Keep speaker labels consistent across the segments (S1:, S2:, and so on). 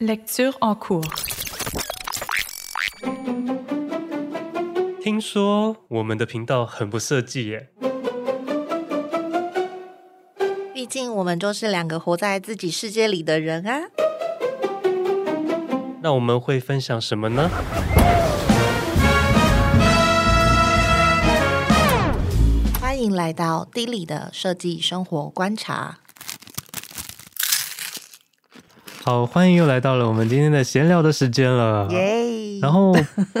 S1: Lecture en cours.
S2: 听说我们的频道很不设计耶，
S3: 毕竟我们就是两个活在自己世界里的人啊。
S2: 那我们会分享什么呢？
S3: 欢迎来到 d 里的设计生活观
S2: 啊
S3: 察。
S2: 好，欢迎又来到了我们今天的闲聊的时间了。
S3: 耶！
S2: 然后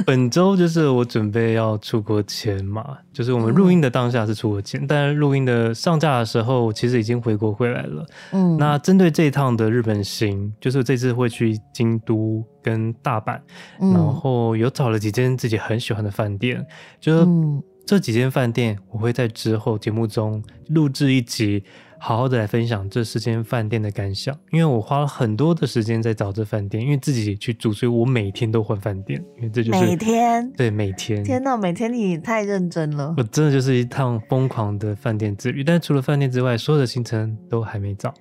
S2: 本周就是我准备要出国前嘛，就是我们录音的当下是出国前，但录音的上架的时候，其实已经回国回来了。
S3: 嗯
S2: 那针对这一趟的日本行，就是这次会去京都跟大阪，然
S3: 嗯
S2: 后有找了几间自己很喜欢的饭店，就是
S3: 嗯，
S2: 这几间饭店，我会在之后节目中录制一集，好好的来分享这四间饭店的感想。因为我花了很多的时间在找这饭店，因为自己去住，所以我每天都换饭店，因为这就是
S3: 每天，
S2: 对每天。
S3: 天哪，每天你也太认真了
S2: 我。真的就是一趟疯狂的饭店之旅，但除了饭店之外，所有的行程都还没 找。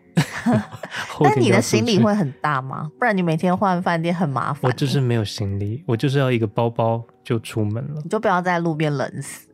S2: 后
S3: 但
S2: 天
S3: 你
S2: 就要
S3: 的
S2: 出
S3: 行李
S2: 去
S3: 会很大吗？不然你每天换饭店很麻烦欸、
S2: 我就是没有行李，我就是要一个包包就出门了。
S3: 你就不要在路边冷死。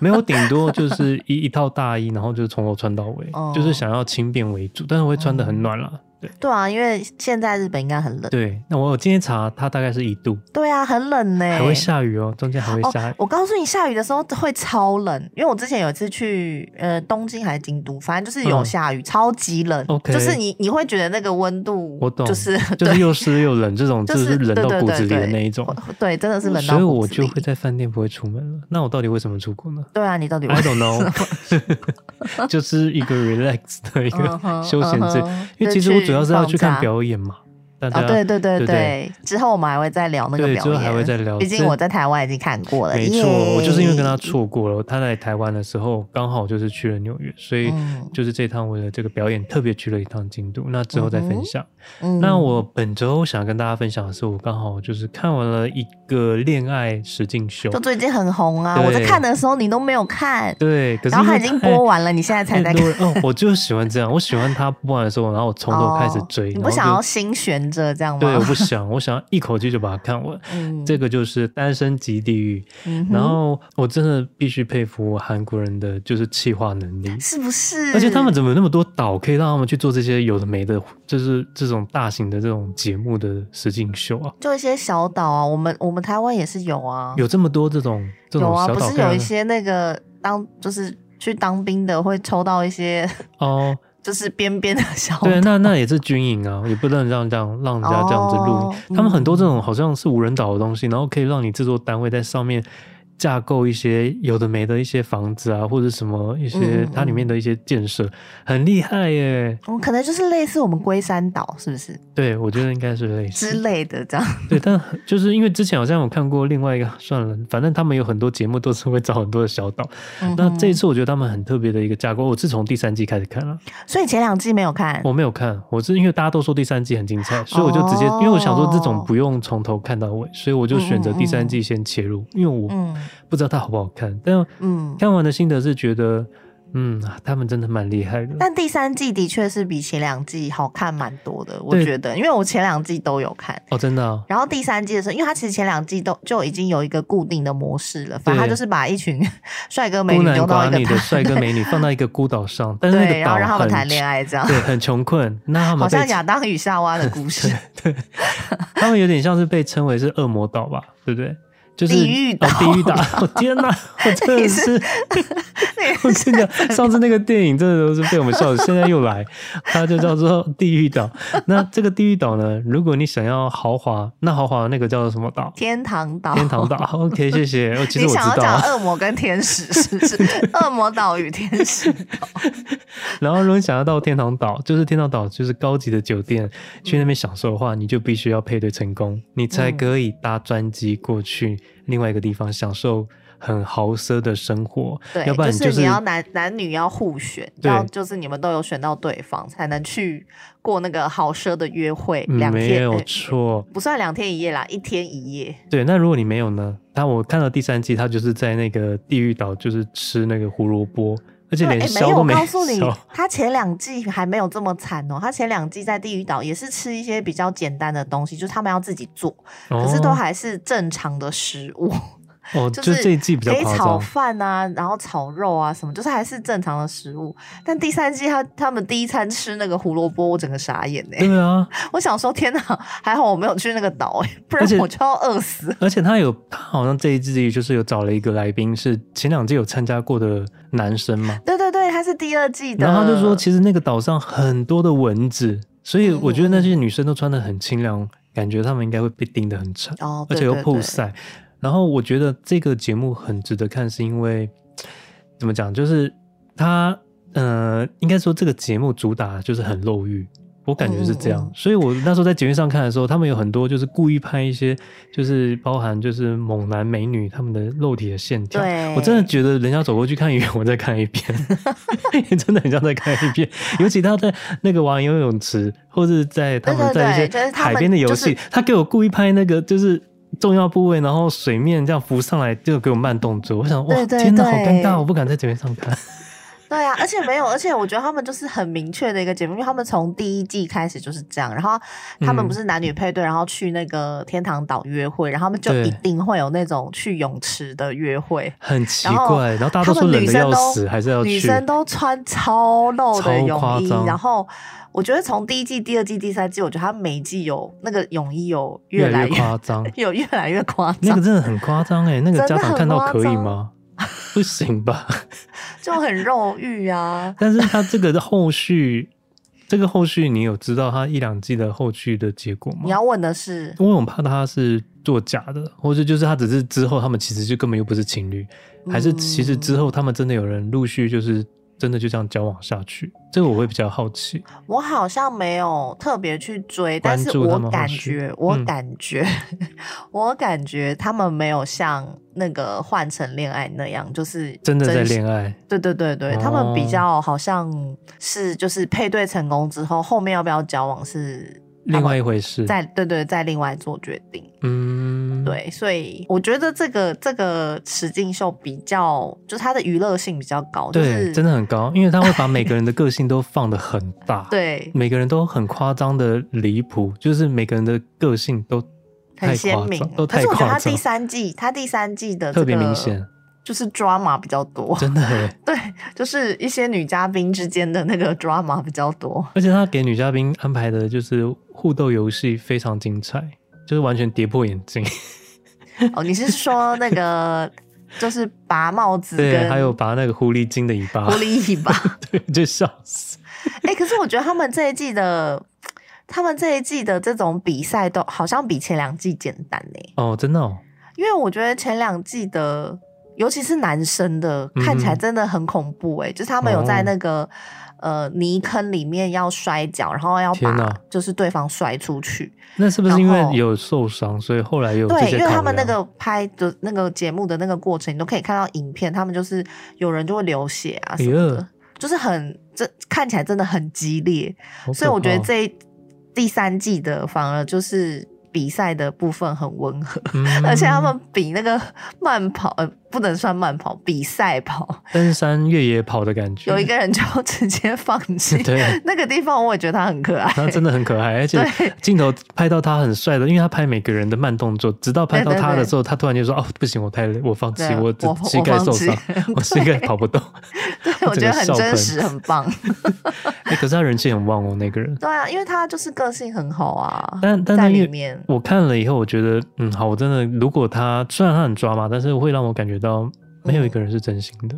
S2: 没有，顶多就是一一套大衣，然后就是从头穿到尾，
S3: 哦
S2: 就是想要轻便为主，但是我会穿的很暖啦。对
S3: 对啊，因为现在日本应该很冷。
S2: 对，那我今天查它大概是一度，
S3: 对啊，很冷呢、
S2: 还会下雨哦，中间还会下雨。
S3: 我告诉你，下雨的时候会超冷，因为我之前有一次去呃东京还是京都，反正就是有
S2: 嗯
S3: 下雨，超级冷
S2: OK
S3: 就是你你会觉得那个温度，
S2: 我懂，
S3: 就是
S2: 就是
S3: 对
S2: 又湿又冷，这种
S3: 就
S2: 就是是冷
S3: 对
S2: 到
S3: 对
S2: 骨
S3: 对
S2: 子里的
S3: 对
S2: 那一种。
S3: 对，真的是冷到
S2: 所以
S3: 骨
S2: 我
S3: 子
S2: 就
S3: 里
S2: 会在饭店不会出门了。那我到底为什么出国呢
S3: 对啊，你到底为
S2: ？I don't know，就是 一个 relax 的 一
S3: 嗯
S2: 个
S3: 哼
S2: 休闲之旅
S3: 嗯哼，
S2: 因为
S3: 就
S2: 其实我
S3: 去
S2: 主要是要去看
S3: 放假
S2: 表演嘛。大
S3: 啊、
S2: 家
S3: 对对对
S2: 对对
S3: 之后我们还会再聊那个
S2: 对
S3: 表
S2: 之后
S3: 演，
S2: 还会再聊
S3: 毕竟
S2: 这
S3: 我在台湾已经看过了，
S2: 没错，
S3: 耶
S2: 我就是因为跟他错过了，他来台湾的时候刚好就是去了纽约，所以
S3: 嗯
S2: 就是这趟为了这个表演特别去了一趟京都，那之后再分享。
S3: 嗯
S2: 那我本周想跟大家分享的是，我刚好就是看完了一个恋爱实境秀
S3: 就，最近很红啊，
S2: 对
S3: 我在看的时候你都没有看，
S2: 对，可是
S3: 然后它已
S2: 因为
S3: 经
S2: 太
S3: 播完了，你现在才
S2: 太
S3: 在
S2: 多
S3: 看。
S2: 人哦，我就喜欢这样，我喜欢他播完的时候，然后我从头开始追，
S3: 哦、你
S2: 然
S3: 不
S2: 后就
S3: 想要心悬着这样吗？
S2: 对，我不想，我想要一口气就把它看完。
S3: 嗯
S2: 这个就是单身级地狱，
S3: 嗯哼
S2: 然后我真的必须佩服韩国人的就是气化能力，
S3: 是不是？
S2: 而且他们怎么有那么多岛可以让他们去做这些有的没的，就是这种大型的这种节目的实境秀啊？
S3: 就一些小岛啊，我们我们台湾也是有啊，
S2: 有这么多这种这种
S3: 有啊，
S2: 小
S3: 不
S2: 岛
S3: 是
S2: 可以让
S3: 有
S2: 他
S3: 一些那个当就是去当兵的会抽到一些
S2: 哦，
S3: 就是边边的小岛，
S2: 对，啊那那也是军营啊，也不能让这样让人家这样子录
S3: 哦
S2: 影。他们很多这种好像是无人岛的东西，然后可以让你制作单位在上面。架构一些有的没的一些房子啊，或者什么一
S3: 嗯
S2: 些
S3: 嗯
S2: 它里面的一些建设，很厉害耶！
S3: 嗯，可能就是类似我们龟山岛是不是
S2: 对，我觉得应该是类似
S3: 之类的这样？
S2: 对，但很就是因为之前好像有看过另外一个，算了，反正他们有很多节目都是会找很多的小岛。
S3: 嗯
S2: 那
S3: 哼
S2: 这一次我觉得他们很特别的一个架构，我是从第三季开始看了，
S3: 所以前两季没有看，
S2: 我没有看，我是因为大家都说第三季很精彩，所以我就直接，因为我想说这
S3: 哦
S2: 种不用从头看到尾，所以我就选择第三季先切入，因为我
S3: 嗯
S2: 不知道它好不好看，但
S3: 嗯，
S2: 看完的心得是觉得，嗯，他们真的蛮厉害的。
S3: 但第三季的确是比前两季好看蛮多的，我
S2: 对
S3: 觉得，因为我前两季都有看。
S2: 哦，真的啊、
S3: 然后第三季的时候，因为它其实前两季都就已经有一个固定的模式了，反正它
S2: 对
S3: 就是把一群 帅哥美
S2: 孤
S3: 女
S2: 男
S3: 丢到
S2: 寡
S3: 一个
S2: 女的
S3: 岛
S2: 帅 哥美女放到一个孤岛上，但是那
S3: 对，
S2: 个
S3: 然
S2: 岛
S3: 后让他们
S2: 很
S3: 谈恋爱这 样，
S2: 对，很穷困。那他们
S3: 好像
S2: 被
S3: 亚当与夏娃的故事。
S2: 他们有点像是被称为是恶魔岛吧，对不对？就是
S3: 地狱岛
S2: 哦地狱岛！ 我、天 哪，我真的是， 我跟你讲，上次那个电影真的都是被我们笑死，现在又来， 它就叫做地狱岛。那这个地狱岛呢，如果你想要豪华，那豪华的那个叫做什么岛？
S3: 天堂岛，
S2: 天堂岛。OK，谢谢。哦，其实
S3: 哦你
S2: 我
S3: 想要
S2: 知道
S3: 讲
S2: 啊。
S3: 恶魔跟天使 是不是？ 恶魔岛与天使，
S2: 然后，如果你想要到天堂岛，就是天堂岛就是高级的酒店，去那边享受的话，你就必须要配对成功，你
S3: 嗯
S2: 才可以搭专机过去另外一个地方享受很豪奢的生活。
S3: 对，
S2: 要不然你
S3: 就是
S2: 是
S3: 你要男男女要互选，
S2: 对
S3: 要就是你们都有选到对方，才能去过那个豪奢的约会，两
S2: 嗯没
S3: 天
S2: 有
S3: 呃
S2: 错。
S3: 不算两天一夜啦，一天一夜。
S2: 对，那如果你没有呢？他我看到第三季，他就是在那个地狱岛，就是吃那个胡萝卜。而且
S3: 对，
S2: 连
S3: 哎，没
S2: 消
S3: 有，
S2: 都
S3: 我
S2: 没
S3: 告诉你
S2: 消。，
S3: 他前两季还没有这么惨哦。他前两季在地狱岛也是吃一些比较简单的东西，就是他们要自己做，可是都
S2: 哦
S3: 还是正常的食物，
S2: 哦，
S3: 就
S2: 就是这一季比较
S3: 可以
S2: 夸
S3: 炒
S2: 张，
S3: 饭啊，然后炒肉啊什么，就是还是正常的食物。但第三季他他们第一餐吃那个胡萝卜，我整个傻眼哎、
S2: 对啊，
S3: 我想说天哪，还好我没有去那个岛哎、不然
S2: 而且
S3: 我就要饿死。
S2: 而且他有，他好像这一季就是有找了一个来宾，是前两季有参加过的男生嘛，
S3: 对对对，他是第二季的，
S2: 然后他就说，其实那个岛上很多的蚊子，所以我觉得那些女生都穿的很清凉，感觉她们应该会被叮得很惨，
S3: 哦，
S2: 而
S3: 对
S2: 且又
S3: 对
S2: 曝
S3: 对
S2: 晒。然后我觉得这个节目很值得看，是因为怎么讲，就是他呃，应该说这个节目主打就是很露欲。我感觉是这样，
S3: 嗯嗯嗯
S2: 所以我那时候在节目上看的时候，他们有很多就是故意拍一些，就是包含就是猛男美女他们的肉体的线条。
S3: 对
S2: 我真的觉得人家走过去看一眼，我再看一遍， 真的很像在看一遍。尤其他在那个玩游泳池，或是在他们
S3: 对对
S2: 在一
S3: 对就是
S2: 些
S3: 他
S2: 海
S3: 们
S2: 边的游戏，
S3: 就是
S2: 他给我故意拍那个就是重要部位，然后水面这样浮上来，就给我慢动作。我想，哇，
S3: 对对
S2: 天哪，
S3: 对
S2: 好尴尬，我不敢在节目上 看。
S3: 对啊，而且没有，而且我觉得他们就是很明确的一个节目，因为他们从第一季开始就是这样。然后他
S2: 嗯
S3: 们不是男女配对，然后去那个天堂岛约会，然后他们就
S2: 对
S3: 一定会有那种去泳池的约会。
S2: 很奇
S3: 然后
S2: 怪，然后大家
S3: 他
S2: 都说
S3: 们
S2: 冷
S3: 女
S2: 的
S3: 生
S2: 要
S3: 都
S2: 死，还是要
S3: 女
S2: 去。
S3: 生都穿超露的
S2: 超
S3: 泳
S2: 夸
S3: 衣，
S2: 张
S3: 然后我觉得从第一季、第二季、第三季，我觉得他每一季有那个泳衣有
S2: 越
S3: 来
S2: 来越
S3: 越
S2: 夸张，
S3: 有越来越夸张，
S2: 那个真的很夸张哎，那个
S3: 真的
S2: 家长
S3: 很
S2: 看到可
S3: 夸
S2: 以
S3: 张
S2: 吗？ 不行吧？
S3: 就很肉 欲啊。
S2: 但是他这个的后续，这个后续你有知道他一两季的后续的结果吗？
S3: 你要问的是，
S2: 因为我怕他是作假的，或者就是他只是之后他们其实就根本又不是情侣，还
S3: 哦
S2: 是其实之后他们真的有人陆续就是真的就这样交往下去，这个我会比较好奇。
S3: 我好像没有特别去追，但
S2: 关
S3: 是
S2: 注他
S3: 我
S2: 们后
S3: 感
S2: 续
S3: 觉，我
S2: 嗯
S3: 感觉， 我感觉他们没有像那个换成恋爱那样，就是
S2: 真的在
S3: 实
S2: 恋爱，
S3: 对对对对，他们比
S2: 哦
S3: 较好像是就是配对成功之后，后面要不要交往是
S2: 另外一回事。
S3: 再对对再另外做决定。
S2: 嗯，，
S3: 对，所以我觉得这个这个实境秀比较，就是它的娱乐性比较高，就
S2: 对，
S3: 是，
S2: 真的很高，因为他会把每个人的个性都放得很大，
S3: 对，
S2: 每个人都很夸张的离谱，就是每个人的个性都太
S3: 很鲜
S2: 夸
S3: 明
S2: 张，。都
S3: 可
S2: 太
S3: 是我觉得
S2: 夸
S3: 他
S2: 张
S3: 第，三季，他第三季的、
S2: 特别明显，，
S3: 就是 drama 比较多，
S2: 真的耶。
S3: 对，就是一些女嘉宾之间的那个 drama 比较多。
S2: 而且他给女嘉宾安排的就是互动游戏非常精彩，就是完全跌破眼 镜。
S3: 哦，你是说那个就是拔帽子
S2: 对，
S3: 跟
S2: 还有拔那个狐狸精的尾巴
S3: 狐，狸尾巴？
S2: 对，就笑死。
S3: 哎、可是我觉得他们这一季的。他们这一季的这种比赛都好像比前两季简单呢、
S2: 哦，真的、哦，
S3: 因为我觉得前两季的，尤其是男生的，
S2: 嗯
S3: 看起来真的很恐怖哎、就是他们有在
S2: 哦
S3: 那个、呃泥坑里面要摔跤，然后要
S2: 天
S3: 把
S2: 哪
S3: 就是对方摔出去。
S2: 那是不是因
S3: 然后
S2: 为有受伤，所以后来有这
S3: 对，
S2: 些
S3: 因为
S2: 考
S3: 他们那
S2: 量
S3: 个拍的那个节目的那个过程，你都可以看到影片，他们就是有人就会流血啊什么
S2: 哎
S3: 的，就是很这看起来真的很激烈，
S2: 好可
S3: 所以我觉得
S2: 怕哦
S3: 这一第三季的反而就是比赛的部分很温和。
S2: 嗯
S3: 而且他们比那个慢跑，呃，不能算慢跑，比赛跑，
S2: 登山越野跑的感觉，
S3: 有一个人就直接放 弃。
S2: 对，
S3: 那个地方我也觉得他很可爱，
S2: 他真的很可爱，而且
S3: 对
S2: 镜头拍到他很帅的，因为他拍每个人的慢动作，直到拍到
S3: 对对
S2: 他的
S3: 对
S2: 时候，他突然就说：“哦，不行，我太累，我放弃，
S3: 对
S2: 我
S3: 我
S2: 的
S3: 我
S2: 膝盖
S3: 放
S2: 受
S3: 弃
S2: 伤， 我膝盖跑不动。
S3: 对我觉得很真实，很棒。
S2: 哎，可是他人气很旺哦，那个人。
S3: 对啊，因为他就是个性很好啊，
S2: 但但
S3: 在
S2: 那
S3: 里
S2: 个
S3: 面
S2: 我看了以后，我觉得，嗯，好，我真的，如果他虽然他很抓嘛，但是会让我感觉到没有一个人是真心的，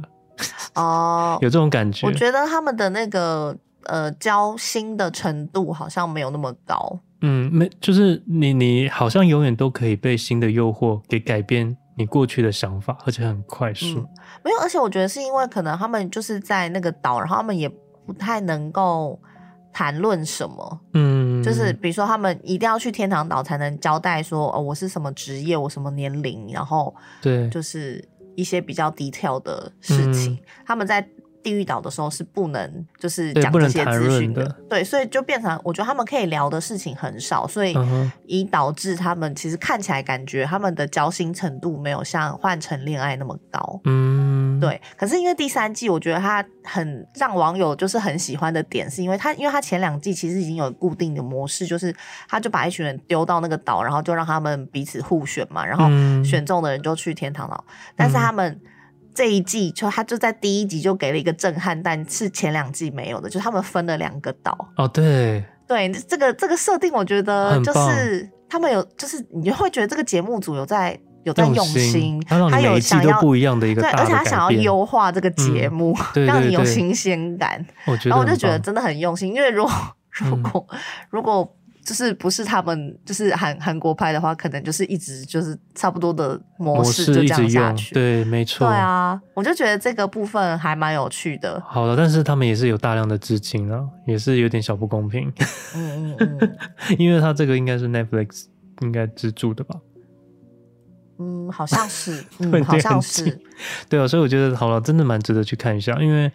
S3: 哦，
S2: 有这种感觉。
S3: 我觉得他们的那个呃交心的程度好像没有那么高。
S2: 嗯，没，就是你你好像永远都可以被新的诱惑给改变你过去的想法，而且很快速。
S3: 嗯，没有，而且我觉得是因为可能他们就是在那个岛，然后他们也不太能够谈论什么，
S2: 嗯，
S3: 就是比如说他们一定要去天堂岛才能交代说，哦，我是什么职业，我什么年龄，然后
S2: 对，嗯
S3: 就是一些比较 detail 的事情。他们在地狱岛的时候是不能就是
S2: 对
S3: 讲
S2: 不
S3: 这
S2: 能
S3: 些
S2: 谈
S3: 资讯
S2: 论
S3: 的
S2: 的，
S3: 对，所以就变成我觉得他们可以聊的事情很少，所以
S2: 嗯哼
S3: 以导致他们其实看起来感觉他们的交心程度没有像《换乘恋爱》那么高。
S2: 嗯，，
S3: 对，可是因为第三季，我觉得它很让网友就是很喜欢的点，是因为它，因为它前两季其实已经有固定的模式，就是他就把一群人丢到那个岛，然后就让他们彼此互选嘛，然后
S2: 嗯
S3: 选中的人就去天堂岛。但是他们这一季就他就在第一集就给了一个震撼弹，是前两季没有的，就他们分了两个岛。
S2: 哦，对，
S3: 对，这个这个设定，我觉得
S2: 很
S3: 就
S2: 棒
S3: 是他们有，就是你就会觉得这个节目组有在有在用
S2: 心
S3: 心，，
S2: 它让
S3: 他
S2: 你每
S3: 有
S2: 一季
S3: 想
S2: 都
S3: 要
S2: 不一样的一个
S3: 对，
S2: 大
S3: 而
S2: 的
S3: 且他
S2: 改
S3: 想要
S2: 变，嗯
S3: 优化这个节目，
S2: 对
S3: 让
S2: 对
S3: 你有
S2: 对
S3: 新鲜感。
S2: 我觉得
S3: 然后我就
S2: 很
S3: 觉得
S2: 棒嗯
S3: 真的很用心，因为如果如果、如果就是不是他们就是韩韩国拍的话，可能就是一直就是差不多的模
S2: 模
S3: 式就
S2: 式
S3: 这
S2: 一
S3: 样
S2: 直
S3: 下
S2: 用，
S3: 去。
S2: 对，没错，
S3: 对啊，我就觉得这个部分还蛮有趣的。
S2: 好了，但是他们也是有大量的资金啊，也是有点小不公平，
S3: 嗯嗯嗯
S2: 因为他这个应该是 Netflix 应该资助的吧？
S3: 嗯，好 像是，
S2: 突
S3: 嗯，
S2: 然
S3: 好
S2: 间
S3: 像
S2: 很
S3: 是
S2: 近，对啊，所以我觉得好了，真的蛮值得去看一下，因为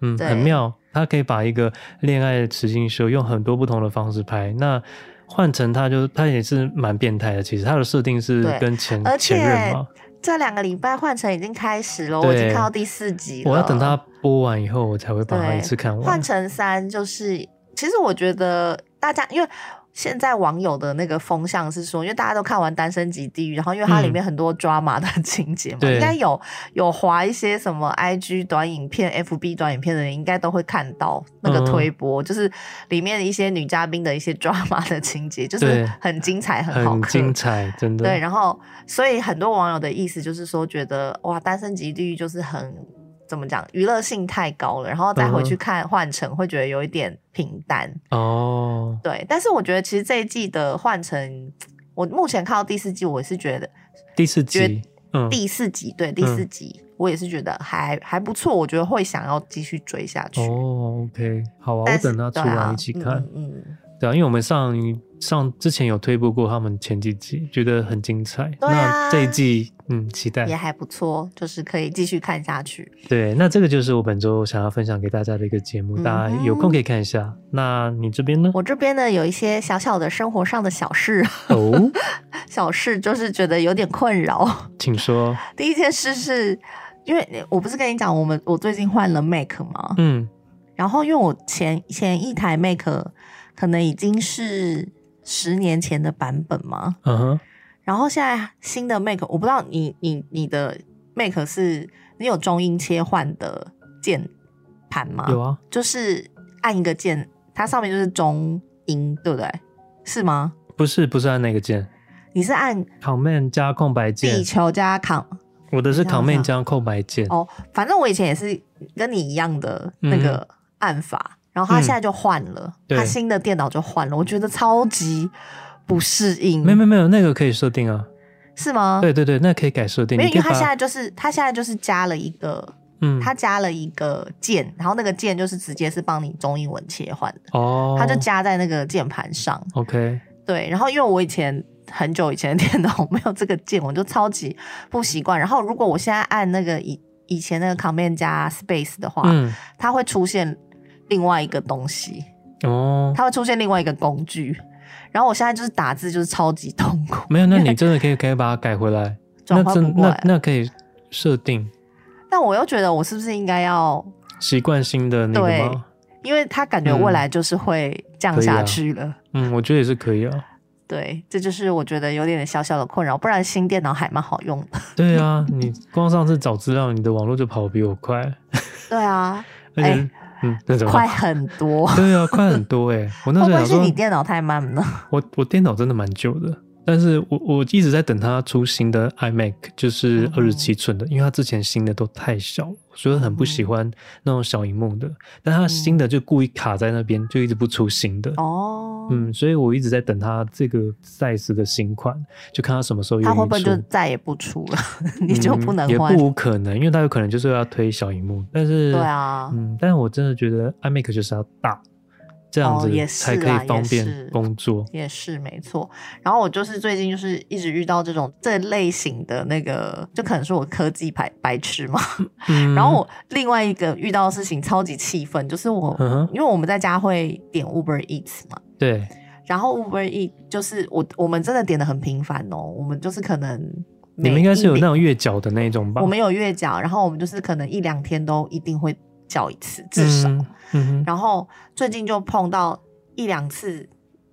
S2: 嗯，
S3: 对
S2: 很妙，他可以把一个恋爱的雌性秀用很多不同的方式拍，那。换成他就他也是蛮变态的，其实他的设定是
S3: 对
S2: 跟前
S3: 而
S2: 前任
S3: 且
S2: 嘛，
S3: 这两个礼拜换成已经开始了，我已经
S2: 对
S3: 看到第四集了。
S2: 我要等他播完以后，我才会把它一次看完
S3: 换。成三就是，其实我觉得大家因为。现在网友的那个风向是说，因为大家都看完《单身级地狱》，然后因为它里面很多 drama 的情节嘛，
S2: 嗯对
S3: 应该有有划一些什么 IG 短影片、FB 短影片的人，应该都会看到那个
S2: 嗯
S3: 推播，就是里面一些女嘉宾的一些 drama 的情节，就是
S2: 对
S3: 很精彩、很好
S2: 很
S3: 看。
S2: 精彩，真的。
S3: 对，然后所以很多网友的意思就是说，觉得哇，单身级地狱就是很怎么讲，娱乐性太高了，然后再回去
S2: 嗯哼
S3: 看换乘会觉得有一点平淡。
S2: 哦，
S3: 对，但是我觉得其实这一季的换乘，我目前看到第四季，我也是觉得
S2: 嗯第四
S3: 觉
S2: 集，嗯，
S3: 第四集对第四集，我也是觉得还还不错，我觉得会想要继续追下去。
S2: 哦，OK，好啊，
S3: 但
S2: 我
S3: 是
S2: 等他出
S3: 对啊
S2: 来一起看。
S3: 嗯嗯嗯
S2: 对啊，因为我们上上之前有推播过他们前几集，觉得很精彩。
S3: 对
S2: 那
S3: 啊
S2: 这一季，嗯，期待
S3: 也。还不错，就是可以继续看下去。
S2: 对，那这个就是我本周想要分享给大家的一个节目，大
S3: 嗯
S2: 家
S3: 哼
S2: 有空可以看一下。那你这边呢？
S3: 我这边呢有一些小小的生活上的小事，
S2: 哦，
S3: 小事就是觉得有点困扰。
S2: 请 说。
S3: 第一件事是，因为我不是跟你讲，我们我最近换了 Mac 吗？
S2: 嗯，
S3: 然后因为我前前一台 Mac 可能已经是十年前的版本嘛，
S2: 嗯哼，
S3: 然后现在新的 Mac，我不知道你你你的 Mac 是你有中音切换的键盘吗？
S2: 有啊，
S3: 就是按一个键，它上面就是中音，对不对？是吗？
S2: 不是不是按那个键
S3: 你是按
S2: ，Command 加空白键
S3: 地，球加 c
S2: 我的是
S3: 你这样
S2: Command
S3: 子啊
S2: 加空白键。
S3: 哦，反正我以前也是跟你一样的那个按法，然后他
S2: 嗯
S3: 现在就换了，
S2: 对
S3: 他新的电脑就换了，我觉得超级不适应，
S2: 没有没有没有，那个可以设定啊。
S3: 是吗？
S2: 对对对，那可以改设定。
S3: 哦没有，
S2: 你
S3: 因
S2: 可
S3: 为
S2: 以
S3: 他现
S2: 把
S3: 在就是他现在就是加了一个，
S2: 嗯，
S3: 他加了一个键，然后那个键就是直接是帮你中英文切换的，
S2: 哦，
S3: 他就加在那个键盘上。
S2: OK，
S3: 对，然后因为我以前很久以前的电脑没有这个键，我就超级不习惯。然后如果我现在按那个以以前那个 Command 加 Space 的话，
S2: 嗯，
S3: 它会出现另外一个东西，
S2: 哦，
S3: 它会出现另外一个工具。然后我现在就是打字就是超级痛 苦，
S2: 没有，那你真的可以可以把它改回 来，那
S3: 转换不
S2: 真
S3: 过
S2: 那
S3: 来。
S2: 那可以设定
S3: 但我又觉得我是不是应该要，
S2: 习惯性的那个吗？
S3: 因为它感觉未来就是会降下去了。
S2: 嗯，我觉得也是可以啊。
S3: 对，这就是我觉得有点小小的困扰，不然新电脑还蛮好用 的。
S2: 对 啊，你光上次找资料，你的网络就跑得比我快，
S3: 对啊，
S2: 而且、
S3: 哎
S2: 嗯，那怎么
S3: 快
S2: 办？
S3: 很多。
S2: 对啊，快很多哎、我那
S3: 会
S2: 时
S3: 不
S2: 候
S3: 会
S2: 想
S3: 是你
S2: 说，
S3: 电脑太慢了？
S2: 我我电脑真的蛮旧的，但是我我一直在等它出新的 iMac，就是
S3: 嗯
S2: 二十七寸的，因为它之前新的都太小了，我觉得很不喜
S3: 嗯
S2: 欢那种小荧幕的，但它新的就故意卡在那边，就一直不出新的。
S3: 哦，
S2: 嗯，所以我一直在等它这个 size 的新款，就看它什么时候有
S3: 它
S2: 演
S3: 会
S2: 出。
S3: 不会就再也不出了？ 你就不能
S2: 嗯、也
S3: 换？
S2: 不无可能，因为它有可能就是要推小荧幕，但是
S3: 对，啊，
S2: 嗯，但是我真的觉得 iMac 就是要大，这样
S3: 哦
S2: 子
S3: 也是
S2: 才可
S3: 啦
S2: 以
S3: 也
S2: 方
S3: 是
S2: 便工作。
S3: 也是没错。然后我就是最近就是一直遇到这种这类型的那个，就可能是我科技白白痴嘛。
S2: 嗯
S3: 然后我另外一个遇到的事情超级气愤，就是我、
S2: 嗯哼
S3: 因为我们在家会点 Uber Eats 嘛，
S2: 对，
S3: 然后 Uber Eat 就是我我们真的点的很频繁哦，我们就是可能
S2: 你们
S3: 每
S2: 应该
S3: 一
S2: 是有
S3: 笔
S2: 那种月缴的那种吧？
S3: 我们有月缴，然后我们就是可能一两天都一定会叫一次，至少。
S2: 嗯嗯哼
S3: 然后最近就碰到一两次，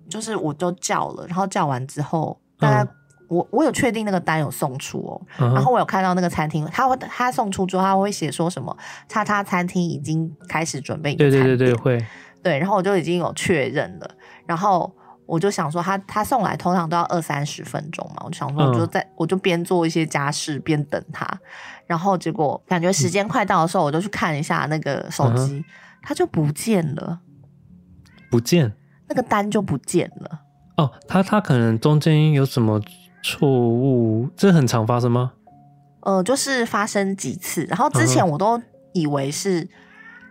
S3: 就是我都叫了，然后叫完之后，大概、
S2: 嗯
S3: 我我有确定那个单有送出哦，
S2: 嗯哼，
S3: 然后我有看到那个餐厅，他会他送出之后，他会写说什么“叉叉餐厅已经开始准备你
S2: 对
S3: 的
S2: 对
S3: 餐
S2: 对对
S3: 点”，
S2: 会，
S3: 对然后我就已经有确认了，然后。我就想说他，他送来通常都要二三十分钟嘛，我就想说，我就
S2: 嗯
S3: 在、我就边做一些家事边等他，然后结果感觉时间快到的时候，我就去看一下那个手
S2: 嗯哼
S3: 机，他就不见了。
S2: 不见
S3: 那个单就不见了。
S2: 哦，他他可能中间有什么错误，这很常发生吗？
S3: 呃，就是发生几次，然后之前
S2: 嗯
S3: 我都以为是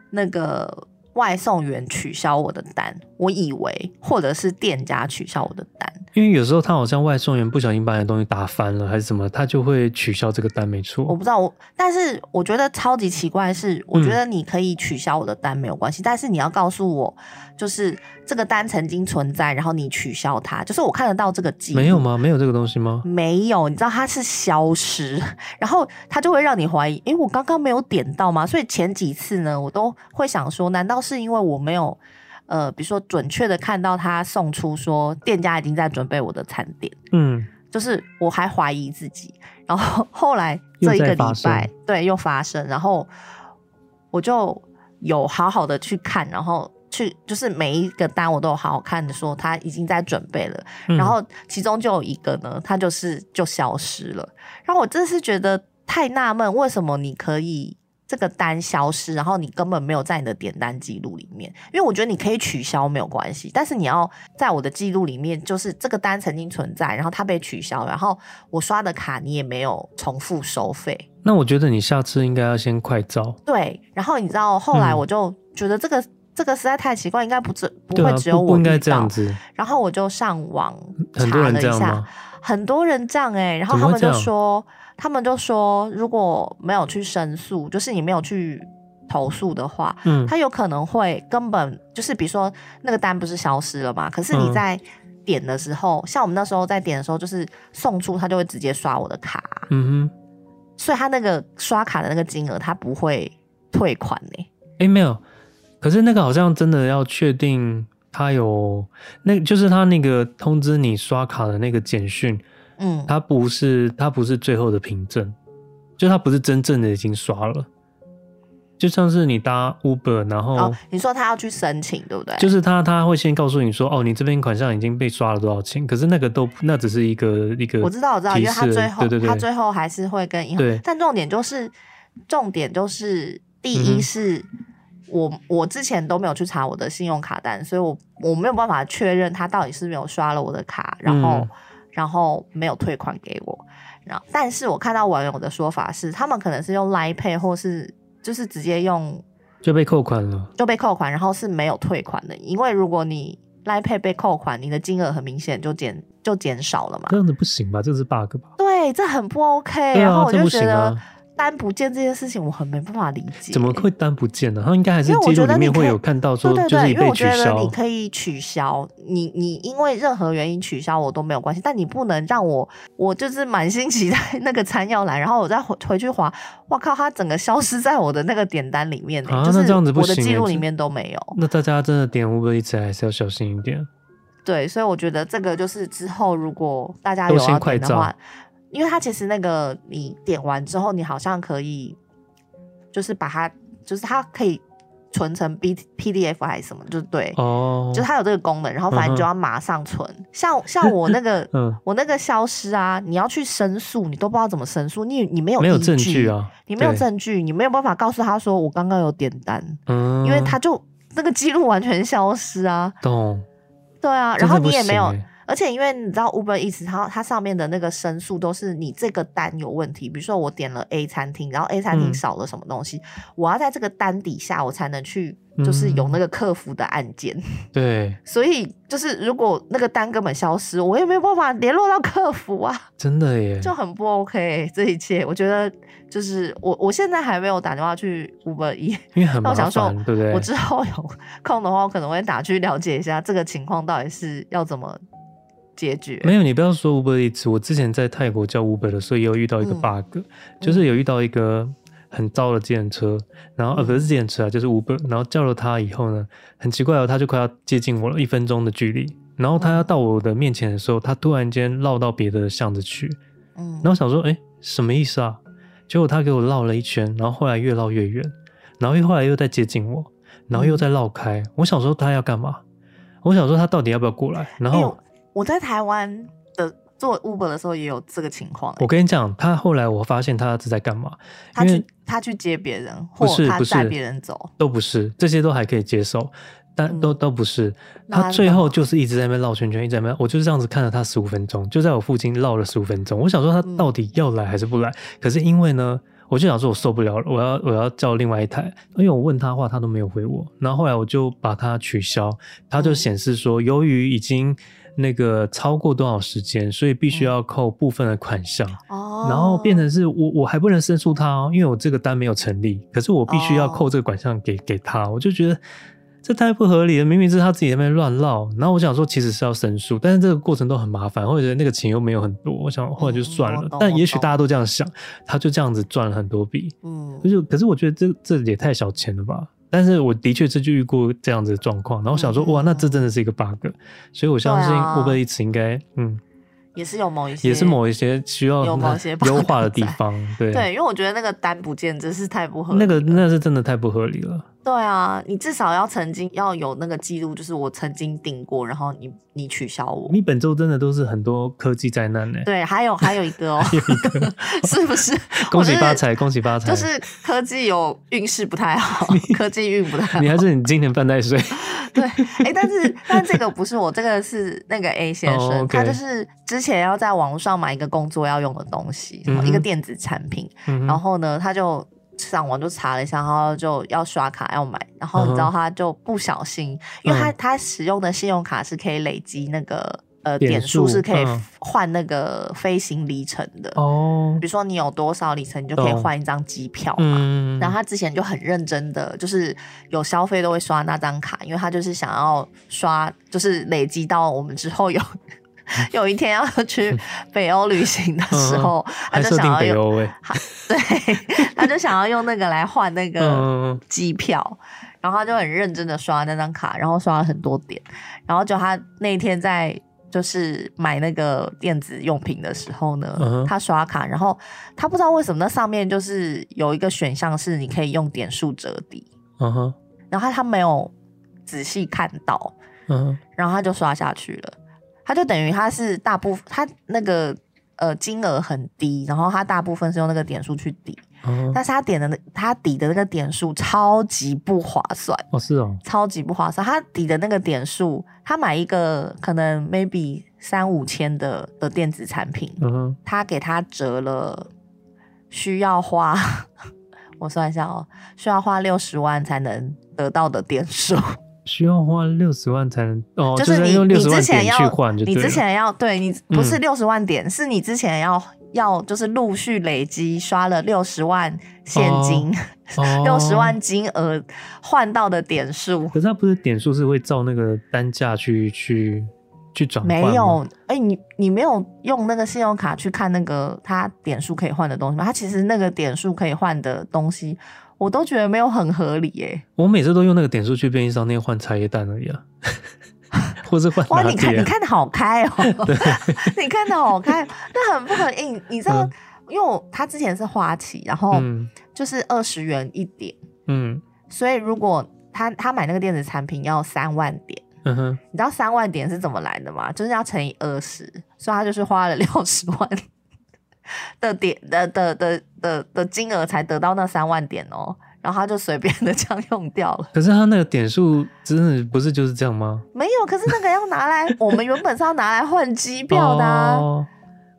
S3: 那个外送员取消我的单，我以为或者是店家取消我的单，
S2: 因为有时候他好像外送员不小心把你的东西打翻了还是什么，他就会取消这个单，没
S3: 我
S2: 错。
S3: 不知道我。但是我觉得超级奇怪的是，我
S2: 嗯
S3: 觉得你可以取消我的单没有关系，但是你要告诉我，就是这个单曾经存在，然后你取消它，就是我看得到这个记录
S2: 没有吗？没有这个东西吗？
S3: 没有，你知道它是消失， 然后它就会让你怀疑，诶，我刚刚没有点到吗？所以前几次呢，我都会想说，难道是因为我没有，呃，比如说准确的看到他送出说店家已经在准备我的餐点，
S2: 嗯，
S3: 就是我还怀疑自己，然后后来
S2: 又
S3: 这一
S2: 再
S3: 个礼
S2: 发
S3: 拜
S2: 生，
S3: 对，又发生，然后我就有好好的去看，然后去就是每一个单我都有好好看的说他已经在准备了。
S2: 嗯
S3: 然后其中就有一个呢，它就是就消失了。然后我真是觉得太纳闷，为什么你可以这个单消失，然后你根本没有在你的点单记录里面？因为我觉得你可以取消没有关系，但是你要在我的记录里面，就是这个单曾经存在，然后它被取消，然后我刷的卡你也没有重复收费。
S2: 那我觉得你下次应该要先快照，
S3: 对，然后你知道后来
S2: 嗯
S3: 我就觉得这个、这个实在太奇怪，应该不只不
S2: 对
S3: 会
S2: 啊，
S3: 只有
S2: 不
S3: 我
S2: 不应该
S3: 遇
S2: 这样
S3: 到
S2: 子，
S3: 然后我就上网
S2: 很多
S3: 查
S2: 人
S3: 了
S2: 这
S3: 一
S2: 样
S3: 下
S2: 吗，？
S3: 很多人这样哎、然后
S2: 怎么
S3: 他
S2: 会
S3: 们就
S2: 这样
S3: 说，他们就说，如果没有去申诉，就是你没有去投诉的话，
S2: 嗯，
S3: 他有可能会根本就是，比如说那个单不是消失了嘛，可是你
S2: 嗯
S3: 在点的时候，像我们那时候在点的时候，就是送出他就会直接刷我的卡，
S2: 嗯哼，
S3: 所以他那个刷卡的那个金额他不会退款欸呢、
S2: 诶，没有，可是那个好像真的要确定他有，那就是他那个通知你刷卡的那个简讯，
S3: 嗯，
S2: 它不是它不是最后的凭证，就它不是真正的已经刷了，就像是你搭 Uber，然后、
S3: 哦，你说他要去申请，对不对？
S2: 就是他他会先告诉你说，哦，你这边款项已经被刷了多少钱，可是那个都那只是一个一个，
S3: 我知道，我知道，因
S2: 提
S3: 为他
S2: 示
S3: 最后
S2: 对对对
S3: 他最后还是会跟银
S2: 对
S3: 行，但重点就是重点就是第一
S2: 嗯哼
S3: 是。我我之前都没有去查我的信用卡单，所以我我没有办法确认他到底是没有刷了我的卡，然后、
S2: 嗯
S3: 然后没有退款给我。然后，但是我看到网友的说法是，他们可能是用 Line Pay 或是就是直接用
S2: 就被扣款了。
S3: 就被扣款，然后是没有退款的，因为如果你 Line Pay 被扣款，你的金额很明显就减就减少了嘛
S2: 这。样子不行吧？这是 bug 吧？
S3: 对，这很不 OK、
S2: 对
S3: 然后
S2: 啊，
S3: 我
S2: 这
S3: 就
S2: 不
S3: 觉
S2: 行
S3: 得
S2: 啊！
S3: 单不见这件事情，我很没办法理解。
S2: 怎么会单不见呢？他应该还是
S3: 因为我
S2: 记
S3: 觉
S2: 录
S3: 得
S2: 里面
S3: 你可以
S2: 会有看到
S3: 对
S2: 说，
S3: 对
S2: 就是
S3: 对，
S2: 你
S3: 因为
S2: 被
S3: 我觉
S2: 取
S3: 得
S2: 消
S3: 你。可以取消，你你因为任何原因取消我都没有关系，但你不能让我我就是满心期待 那个餐要来，然后我再回回去划，哇靠，它整个消失在我的那个点单里面、欸，
S2: 啊
S3: 就
S2: 那
S3: 是
S2: 这样子不
S3: 我的
S2: 行
S3: 记
S2: 欸
S3: 录
S2: 这
S3: 里面都没有。
S2: 那大家真的点 Uber 一直还是要小心一点。
S3: 对，所以我觉得这个就是之后如果大家
S2: 都
S3: 有
S2: 先
S3: 要
S2: 快
S3: 点的
S2: 照
S3: 话，因为它其实那个你点完之后，你好像可以就是把它，就是它可以存成 B P D F 还是什么，就对，
S2: 哦，
S3: 就是它有这个功能，然后反正你就
S2: 嗯哼
S3: 要马上存。像像我那 个
S2: 嗯，
S3: 我那个消失啊，你要去申诉，你都不知道怎么申诉，你你没有
S2: 没有
S3: 依
S2: 证据，啊，
S3: 你没有
S2: 对，
S3: 证据，你没有办法告诉他说我刚刚有点单，
S2: 嗯，
S3: 因为他就那个记录完全消失啊。
S2: 懂，
S3: 对啊，
S2: 真
S3: 然后
S2: 的不
S3: 你也没有
S2: 行，欸
S3: 而且因为你知道 Uber Eats 它它上面的那个申诉都是你这个单有问题，比如说我点了 A 餐厅，然后 A 餐厅
S2: 嗯
S3: 少了什么东西，我要在这个单底下我才能去
S2: 嗯
S3: 就是有那个客服的按键，
S2: 对，
S3: 所以就是如果那个单根本消失，我也没有办法联络到客服啊，
S2: 真的耶，
S3: 就很不 OK。这一切，我觉得就是我我现在还没有打电话去 Uber E，
S2: 因为很麻
S3: 那我想说
S2: 烦，对不对
S3: 我？之后有空的话，我可能会打去了解一下这个情况到底是要怎么解决。
S2: 没有，你不要说 Uber Eats，我之前在泰国叫 Uber 的时候，也有遇到一个
S3: 嗯
S2: bug，、就是有遇到一个很糟的计程车，然后
S3: 嗯
S2: 呃不是计程车啊，就是 Uber，然后叫了他以后呢，很奇怪哦，他就快要接近我了，一分钟的距离，然后他
S3: 嗯
S2: 要到我的面前的时候，他突然间绕到别的巷子去，
S3: 嗯
S2: 然后想说，哎，什么意思啊？结果他给我绕了一圈，然后后来越绕越远，然后又后来又在接近我，然后
S3: 嗯
S2: 又在绕开，我想说他要干嘛？我想说他到底要不要过来？然
S3: 哎
S2: 后。
S3: 呦我在台湾的做 Uber 的时候也有这个情况、欸
S2: 我跟你讲，他后来我发现他是在干嘛？
S3: 他
S2: 哦因
S3: 去
S2: 为
S3: 他去接别人，或
S2: 不是
S3: 他
S2: 不
S3: 载
S2: 是
S3: 别人走，
S2: 都不是，这些都还可以接受，但
S3: 嗯
S2: 都、都不是。
S3: 那啊
S2: 他
S3: 他是
S2: 最
S3: 干
S2: 后
S3: 嘛
S2: 就是一直在那边绕圈圈，一直在那边，我就是这样子看了他十五分钟，就在我附近绕了十五分钟。我想说他到
S3: 嗯
S2: 底要来还是不来？可是因为呢，我就想说我受不了了，我要我要叫另外一台，因为我问他话他都没有回我，然后后来我就把它取消，它就
S3: 嗯
S2: 显示说由于已经。那个超过多少时间，所以必须
S3: 嗯
S2: 要扣部分的款项。
S3: 哦
S2: 然后变成是我我还不能申诉他哦，因为我这个单没有成立，可是我必须要
S3: 哦
S2: 扣这个款项给给他，我就觉得这太不合理了，明明是他自己在那边乱闹，然后我想说其实是要申诉，但是这个过程都很麻烦，或者那个钱又没有很多，我想后来就算
S3: 嗯我
S2: 了，
S3: 懂
S2: 但
S3: 我
S2: 也许
S3: 懂
S2: 大家都这样想，他就这样子赚了很多笔，
S3: 嗯
S2: 可，是可是我觉得这这也太小钱了吧。但是我的确是就遇过这样子的状况，然后我想说，
S3: 嗯
S2: 哇，那这真的是一个 bug，所以我相信
S3: 对啊
S2: Uber Eats 应该，嗯，
S3: 也是有某一些，
S2: 也是某一些需要
S3: 有某些 bug
S2: 优化的地
S3: 在
S2: 方，
S3: 对，因为我觉得那个单不见真是太不合理。
S2: 那个那是真的太不合理了。
S3: 对啊，你至少要曾经要有那个记录，就是我曾经订过，然后你你取消我。
S2: 你本周真的都是很多科技灾难欸呢、
S3: 对，还有还有一个 哦， 是不是？
S2: 恭喜
S3: 我就是
S2: 发财，恭喜发财！
S3: 就是科技有运势不太好，科技运不太好。
S2: 你还是你今年犯太 岁，
S3: 对， 哎、但是但这个不是我，这个是那个 A 先生
S2: 哦，OK
S3: 他就是之前要在网络上买一个工作要用的东西，什
S2: 嗯
S3: 么
S2: 哼嗯
S3: 一个电子产品，
S2: 然
S3: 哦然后呢，他就上网就查了一下，然后就要刷卡要买，然后你知
S2: 嗯
S3: 道
S2: 哼
S3: 他就不小心，因为他
S2: 嗯
S3: 他使用的信用卡是可以累积那个呃
S2: 点
S3: 点
S2: 数
S3: 数，是可以
S2: 嗯
S3: 换那个飞行里程的。
S2: 哦
S3: 比，如说你有多少里程，你就可以
S2: 懂
S3: 换一张机票嘛。
S2: 嗯，
S3: 然后他之前就很认真的，就是有消费都会刷那张卡，因为他就是想要刷，就是累积到我们之后 有有一天要去北欧旅行的时候，
S2: 嗯还
S3: 他啊就
S2: 设
S3: 想
S2: 定
S3: 要
S2: 北
S3: 用
S2: 欧哎，
S3: 对， 他就想要用那个来换那个
S2: 嗯，
S3: 机票，然后他就很认真的刷那张卡，然后刷了很多点，然后就他那一天在就是买那个电子用品的时候呢，
S2: 嗯哼
S3: 他刷卡，然后他不知道为什么那上面就是有一个选项是你可以用点数折抵，
S2: 嗯哼，
S3: 然后他没有仔细看到，
S2: 嗯哼，
S3: 然后他就刷下去了，他就等于他是大部分他那个呃金额很低，然后他大部分是用那个点数去抵。
S2: 嗯哼，
S3: 但是他点的那他抵的那个点数超级不划算，
S2: 哦是哦，
S3: 超级不划算。他抵的那个点数，他买一个可能 maybe 三五千的的电子产品，
S2: 嗯哼，
S3: 他给他折了，需要花 我算一下哦，需要花六十万才能得到的点数，
S2: 需要花六十万才能哦，
S3: 就
S2: 就是是
S3: 你
S2: 用六
S3: 你
S2: 十
S3: 之
S2: 万
S3: 前
S2: 点去
S3: 要
S2: 换就对
S3: 你
S2: 了，
S3: 之前要对你不是
S2: 嗯
S3: 六十万点，是你之前要要就是陆续累积刷了六十万现
S2: 哦
S3: 金。
S2: 哦
S3: 六十万。金额换到的点数
S2: 可是它不是点数是会照那个单价去去去转换
S3: 没
S2: 吗
S3: 有？哎、你你没有用那个信用卡去看那个它点数可以换的东西吗？它其实那个点数可以换的东西，我都觉得没有很合理耶、
S2: 我每次都用那个点数去便利商店换茶叶蛋而已 啊，或是换
S3: 哇，
S2: 拿
S3: 你看
S2: 铁
S3: 你
S2: 啊。
S3: 看的好开哦、 你看的好开，那很不合理。你你知道，
S2: 嗯
S3: 因为我他之前是花旗，然后
S2: 嗯
S3: 就是二十元一点，
S2: 嗯
S3: 所以如果他他买那个电子产品要三万点。
S2: 嗯哼，
S3: 你知道三万点是怎么来的吗？就是要乘以二十，所以他就是花了 六十万的点的的的的的金额才得到那三万点哦，然后他就随便的 这样用掉了。
S2: 可是他那个点数真的不是就是这样吗？
S3: 没有，可是那个要拿来，我们原本是要拿来换机票的、啊。
S2: 哦，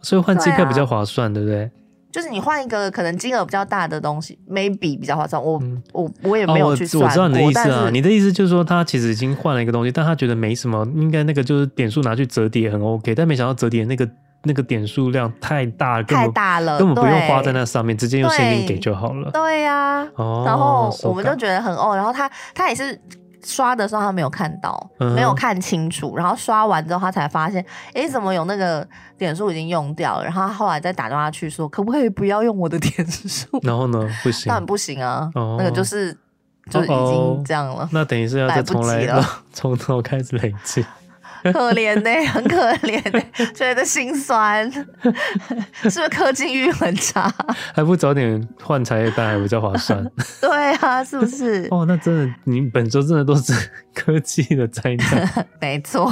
S2: 所以换机
S3: 对
S2: 票
S3: 啊
S2: 比较划算，对不对？
S3: 就是你换一个可能金额比较大的东西，maybe 比较划算。我、
S2: 嗯
S3: 我我也
S2: 哦，
S3: 啊没
S2: 我
S3: 有去算
S2: 我知
S3: 过，
S2: 道你的意
S3: 但
S2: 思啊，
S3: 是
S2: 你的意思就是说他其实已经换了一个东西，但他觉得没什么，应该那个就是点数拿去折叠很 OK，但没想到折叠那个那个点数量太大了，根
S3: 太
S2: 本
S3: 大了，
S2: 根本不用花在
S3: 对
S2: 那上面，直接用现金
S3: 对
S2: 给就好了。
S3: 对啊呀、
S2: 哦，
S3: 然后我们就
S2: so-ka
S3: 觉得很哦，然后他他也是刷的时候他没有看到，
S2: 嗯哼
S3: 没有看清楚，然后刷完之后他才发现，诶，怎么有那个点数已经用掉了？然后他后来再打电话去说，可不可以不要用我的 点数？
S2: 然后呢不行
S3: 当，然不行啊，
S2: 哦
S3: 那个就是就已经这样了。
S2: 那等于是要
S3: 来
S2: 再
S3: 不
S2: 重来
S3: 及了，
S2: 从头开始累积。
S3: 可怜呢、很可怜、欸， 觉得心酸， 是不是氪金欲很差？
S2: 还不早点换茶叶蛋，还比较划算。
S3: 对啊，是不是？
S2: 哦，那真的，你本周真的都是科技的灾 难。
S3: 没错。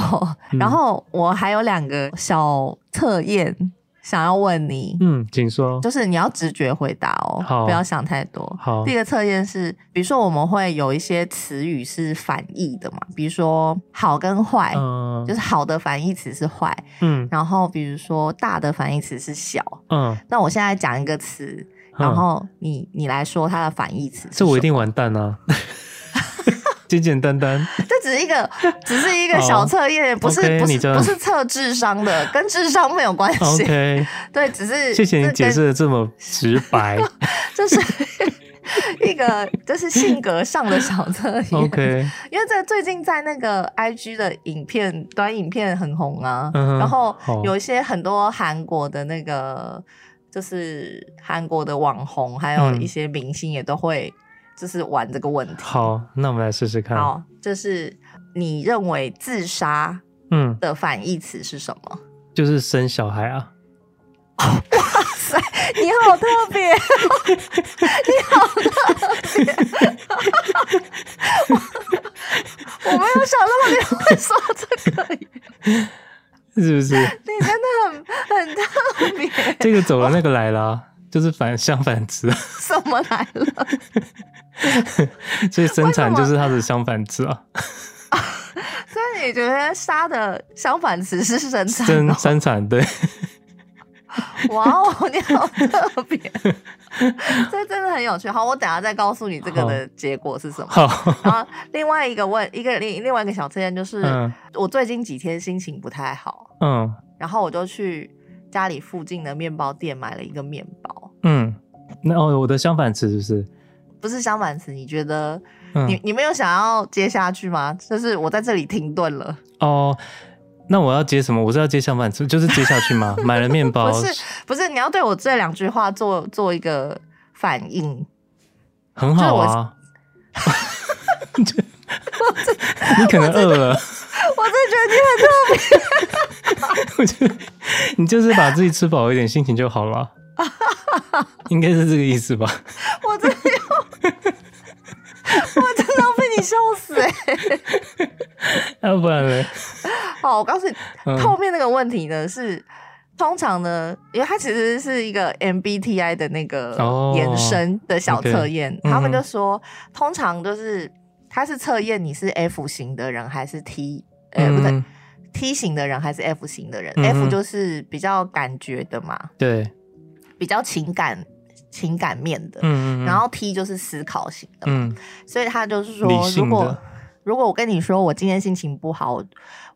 S2: 嗯
S3: 然后我还有两个小测验想要问你，
S2: 嗯，请说。
S3: 就是你要直觉回答哦
S2: 好，
S3: 不要想太多。
S2: 好
S3: 第一个测验是，比如说我们会有一些词语是反义的嘛，比如说好跟坏，
S2: 嗯
S3: 就是好的反义词是坏，
S2: 嗯
S3: 然后比如说大的反义词是小。
S2: 嗯，
S3: 那我现在讲一个词，然后你你来说它的反义词是什
S2: 这
S3: 么，
S2: 我一定完蛋 啊！简简单单，
S3: 这只是 一个只是一个小测验，不是
S2: OK，
S3: 不
S2: 你
S3: 是
S2: 这样
S3: 不是测智商的，跟智商没有关系。
S2: OK，
S3: 对，只是
S2: 谢谢你解释的这么直白。
S3: 这跟，这是一个就是性格上的小测验。
S2: OK，
S3: 因为这最近在那个 IG 的影片短影片很红啊，
S2: 嗯哼
S3: 然后
S2: 好
S3: 有一些很多韩国的那个就是韩国的网红，还有
S2: 嗯
S3: 一些明星也都会就是玩这个问题。
S2: 好，那我们来试试看。
S3: 好，就是你认为自杀
S2: 嗯，
S3: 的反义词是什么？
S2: 就是生小孩啊。
S3: 你好特 别，你好特别，我我没有想到你会说这个，
S2: 是不是？
S3: 你真的很很特别，
S2: 这个走了，那个来了啊，就是反相反词啊，
S3: 什么来了？
S2: 所以生产
S3: 为什
S2: 就
S3: 么
S2: 是它的相反词啊。
S3: 所以你觉得杀的相反词是生产
S2: 生
S3: 哦？
S2: 生产对，
S3: 哇哦，你好特别，这真的很有趣。好，我等一下再告诉你这个的结果是什么。
S2: 好，
S3: 然后另外一个问一个另另外一个小测验就是，
S2: 嗯
S3: 我最近几天心情不太好，
S2: 嗯
S3: 然后我就去家里附近的面包店买了一个面包，
S2: 嗯，那哦，我的相反词是不是？
S3: 不是相反词。你觉得、你
S2: 嗯
S3: 你没有想要接下去吗？就是我在这里停顿了，
S2: 哦，那我要接什么？我是要接相反词，就是接下去 吗？买了面包
S3: 不，是不是，你要对我这两句话做做一个反应。
S2: 很好啊。你可能饿了，
S3: 我真的觉得你很
S2: 我觉得你就是把自己吃饱一点，心情就好了啊，应该是这个意思吧？
S3: 特，我真的要，我真的要 被你笑死哎、
S2: 要不然 嘞，
S3: 哦好，我告诉你，
S2: 嗯
S3: 后面那个问题呢是，通常呢，因为它其实是一个 MBTI 的那个
S2: 哦
S3: 延伸的小测验，
S2: 嗯哼
S3: 他们就说，通常就是它是测验你是 F 型的人还是 T，呃，不对
S2: 嗯，
S3: ，T 型的人还是 F 型的人、
S2: 嗯哼
S3: f 就是比较感觉的嘛，
S2: 对，
S3: 比较情感情感面的，
S2: 嗯嗯，嗯
S3: 然后 T 就是思考型的嘛
S2: 嗯，
S3: 所以他就是说
S2: 理，性
S3: 如
S2: 的
S3: 果如果我跟你说我今天心情不好，我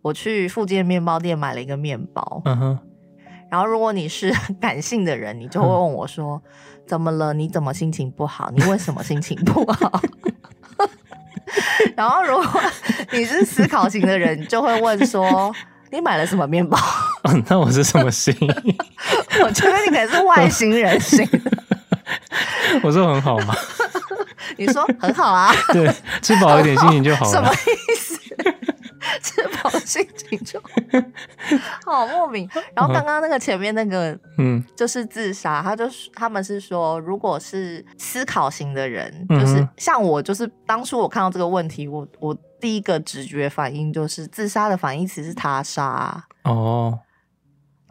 S3: 我去附近的面包店买了一个面包，
S2: 嗯哼，
S3: 然后如果你是 感性的人，你就会问我说：“怎么了？你怎么心情不好？你为什么心情不好？” 然后如果你是思考型的人，你就会问说：“你买了什么面包？”
S2: 那我是什么心？
S3: 我觉得你可能是外星人型的。
S2: 我说很好嘛，
S3: 你说很好啊，
S2: 对，吃饱一点心情就好啊
S3: 什么
S2: 了。
S3: 意思？吃饱心情就 好好莫名。然后刚刚那个前面那个
S2: 嗯
S3: 就是自杀，他就是他们是说，如果是思考型的人，
S2: 嗯哼
S3: 就是像我，就是当初我看到这个问题，我我第一个直觉反应就是自杀的反义词是他杀，
S2: 哦，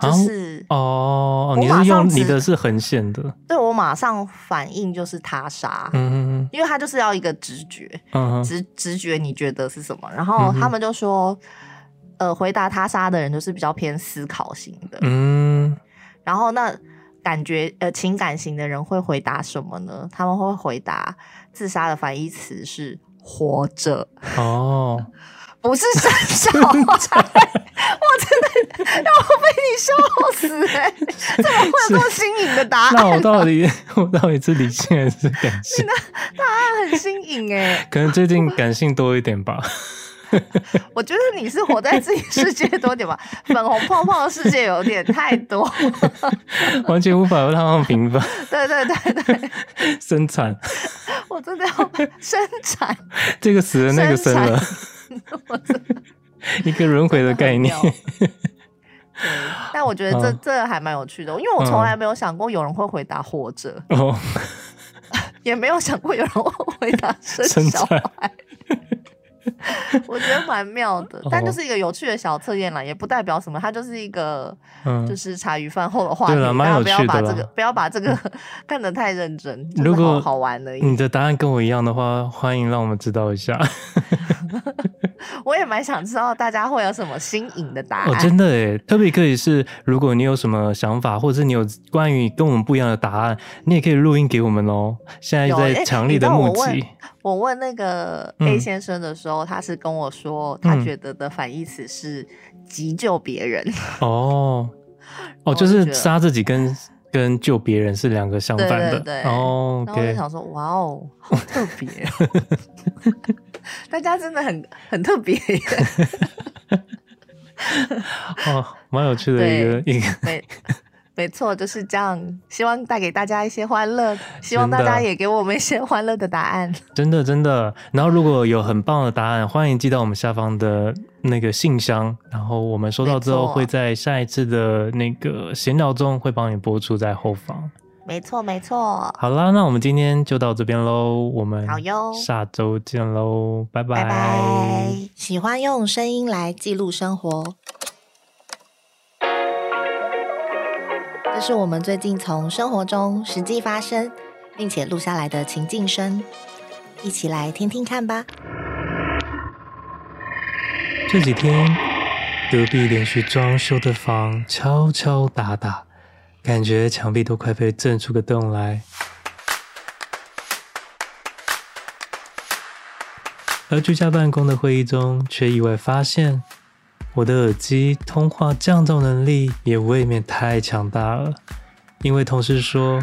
S3: 就
S2: 啊
S3: 是、
S2: 哦，
S3: 我
S2: 你
S3: 马
S2: 是用
S3: 上
S2: 你
S3: 直
S2: 的是横线的，
S3: 对我马上反应就是他杀。
S2: 嗯嗯
S3: 因为他就是要一个直觉，
S2: 嗯嗯
S3: 直直觉你觉得是什么？然
S2: 嗯
S3: 后
S2: 哼
S3: 他们就说，呃，回答他杀的人就是比较偏思考型的，
S2: 嗯
S3: 然后那感觉呃情感型的人会回答什么呢？他们会回答自杀的反义词是活着，
S2: 哦，
S3: 不是生小 孩。我真的让我被你笑死 哎、怎么会有这么新颖的答案？
S2: 那我到底我到底是理性还是感 性？
S3: 答案很新颖哎、
S2: 可能最近感性多一点吧。
S3: 我觉得你是活在自己世界多点吧，粉红泡泡的世界有点太多。
S2: 完全无法让他们平凡
S3: 对对对对，
S2: 生产
S3: 我真的要生产，
S2: 这个死了那个生了，
S3: 我真的
S2: 一个轮回的概 念。
S3: 很妙对，但我觉得这
S2: 嗯
S3: 这还蛮有趣的，因为我从来没有想过有人会回答活着，
S2: 哦，
S3: 也没有想过有人会回 答生
S2: 生
S3: 小
S2: 产
S3: 孩。 我觉得蛮妙的，但
S2: 哦
S3: 就是一个有趣的小测验啦，也不代表什么，它就是一个就
S2: 嗯，
S3: 是茶余饭后的话题，
S2: 对啦蛮
S3: 大
S2: 有
S3: 家不
S2: 趣
S3: 要
S2: 的
S3: 把
S2: 啦嗯
S3: 这个不要把这个 看得太认真，就是
S2: 如果嗯
S3: 好好玩而已。
S2: 你的答案跟我一样的话，欢迎让我们知道一下。
S3: 我也蛮想知道大家会有什么新颖的答案。
S2: 哦，真的诶，特别可以是，如果你有什么想法，或者是你有关于跟我们不一样的答案，你也可以录音给我们哦。现在
S3: 有
S2: 在
S3: 诶
S2: 强
S3: 你
S2: 力
S3: 知
S2: 的
S3: 道我
S2: 募
S3: 问
S2: 集，
S3: 我问那个
S2: 嗯
S3: A 先生的时候，他是跟我说，他觉得的反义词是急救别人。
S2: 哦哦，
S3: 我
S2: 就
S3: 就是觉得
S2: 杀自己跟跟救别人是两个相反的。
S3: 对对对
S2: 哦
S3: 然后我就
S2: ，OK，
S3: 想说，哇哦，好特别哦、 大家真的很很特别耶。
S2: 哦，蛮有趣的一个一个
S3: 没没错，就是这样。希望带给大家一些欢乐，希望大
S2: 真的
S3: 家也给我们一些欢乐的答案。
S2: 真的真的，然后如果有很棒的答案，欢迎寄到我们下方的那个信箱，然后我们收到之后
S3: 没错
S2: 会在下一次的那个闲聊中会帮你播出在后方。
S3: 没错，没错。
S2: 好啦，那我们今天就到这边喽，我们
S3: 好哟
S2: 下周见喽，拜拜
S3: 拜拜！喜欢用声音来记录生活，这是我们最近从生活中实际发生并且录下来的情境声，一起来听听看吧。
S2: 这几天，隔壁连续装修的房敲敲打打，感觉墙壁都快被震出个洞来。而居家办公的会议中，却意外发现，我的耳机通话降噪能力也未免太强大了，因为同事说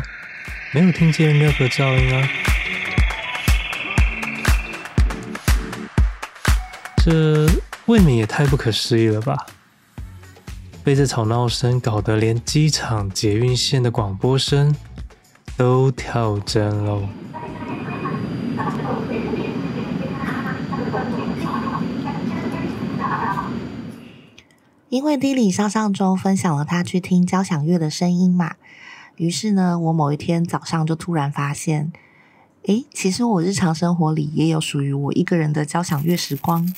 S2: 没有听见任何噪音啊。这未免也太不可思议了吧！被这吵闹声搞得连机场捷运线的广播声都跳针喽。
S3: 因为 Lily 上上周分享了她去听交响乐的声音嘛，于是呢，我某一天早上就突然发现，诶，其实我日常生活里也有属于我一个人的交响乐时光。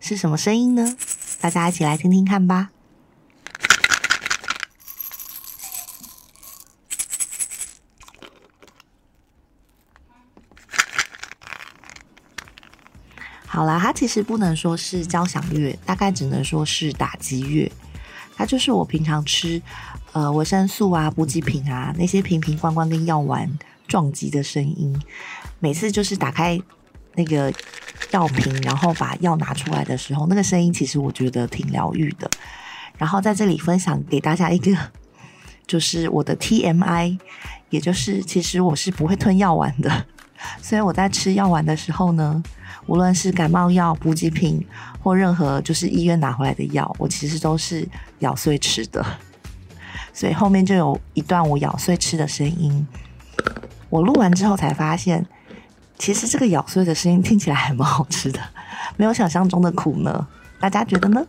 S3: 是什么声音呢？大家一起来听听看吧。好啦，它其实不能说是交响乐，大概只能说是打击乐。它就是我平常吃，呃，维生素啊、补给品啊那些瓶瓶罐罐跟药丸撞击的声音。每次就是打开那个药瓶，然后把药拿出来的时候，那个声音其实我觉得挺疗愈的。然后在这里分享给大家一个，就是我的 TMI，也就是其实我是不会吞药丸的，所以我在吃药丸的时候呢，无论是感冒药、补给品或任何就是医院拿回来的药，我其实都是咬碎吃的。所以后面就有一段我咬碎吃的声音。我录完之后才发现，其实这个咬碎的声音听起来还蛮好吃的，没有想象中的苦呢。大家觉得呢？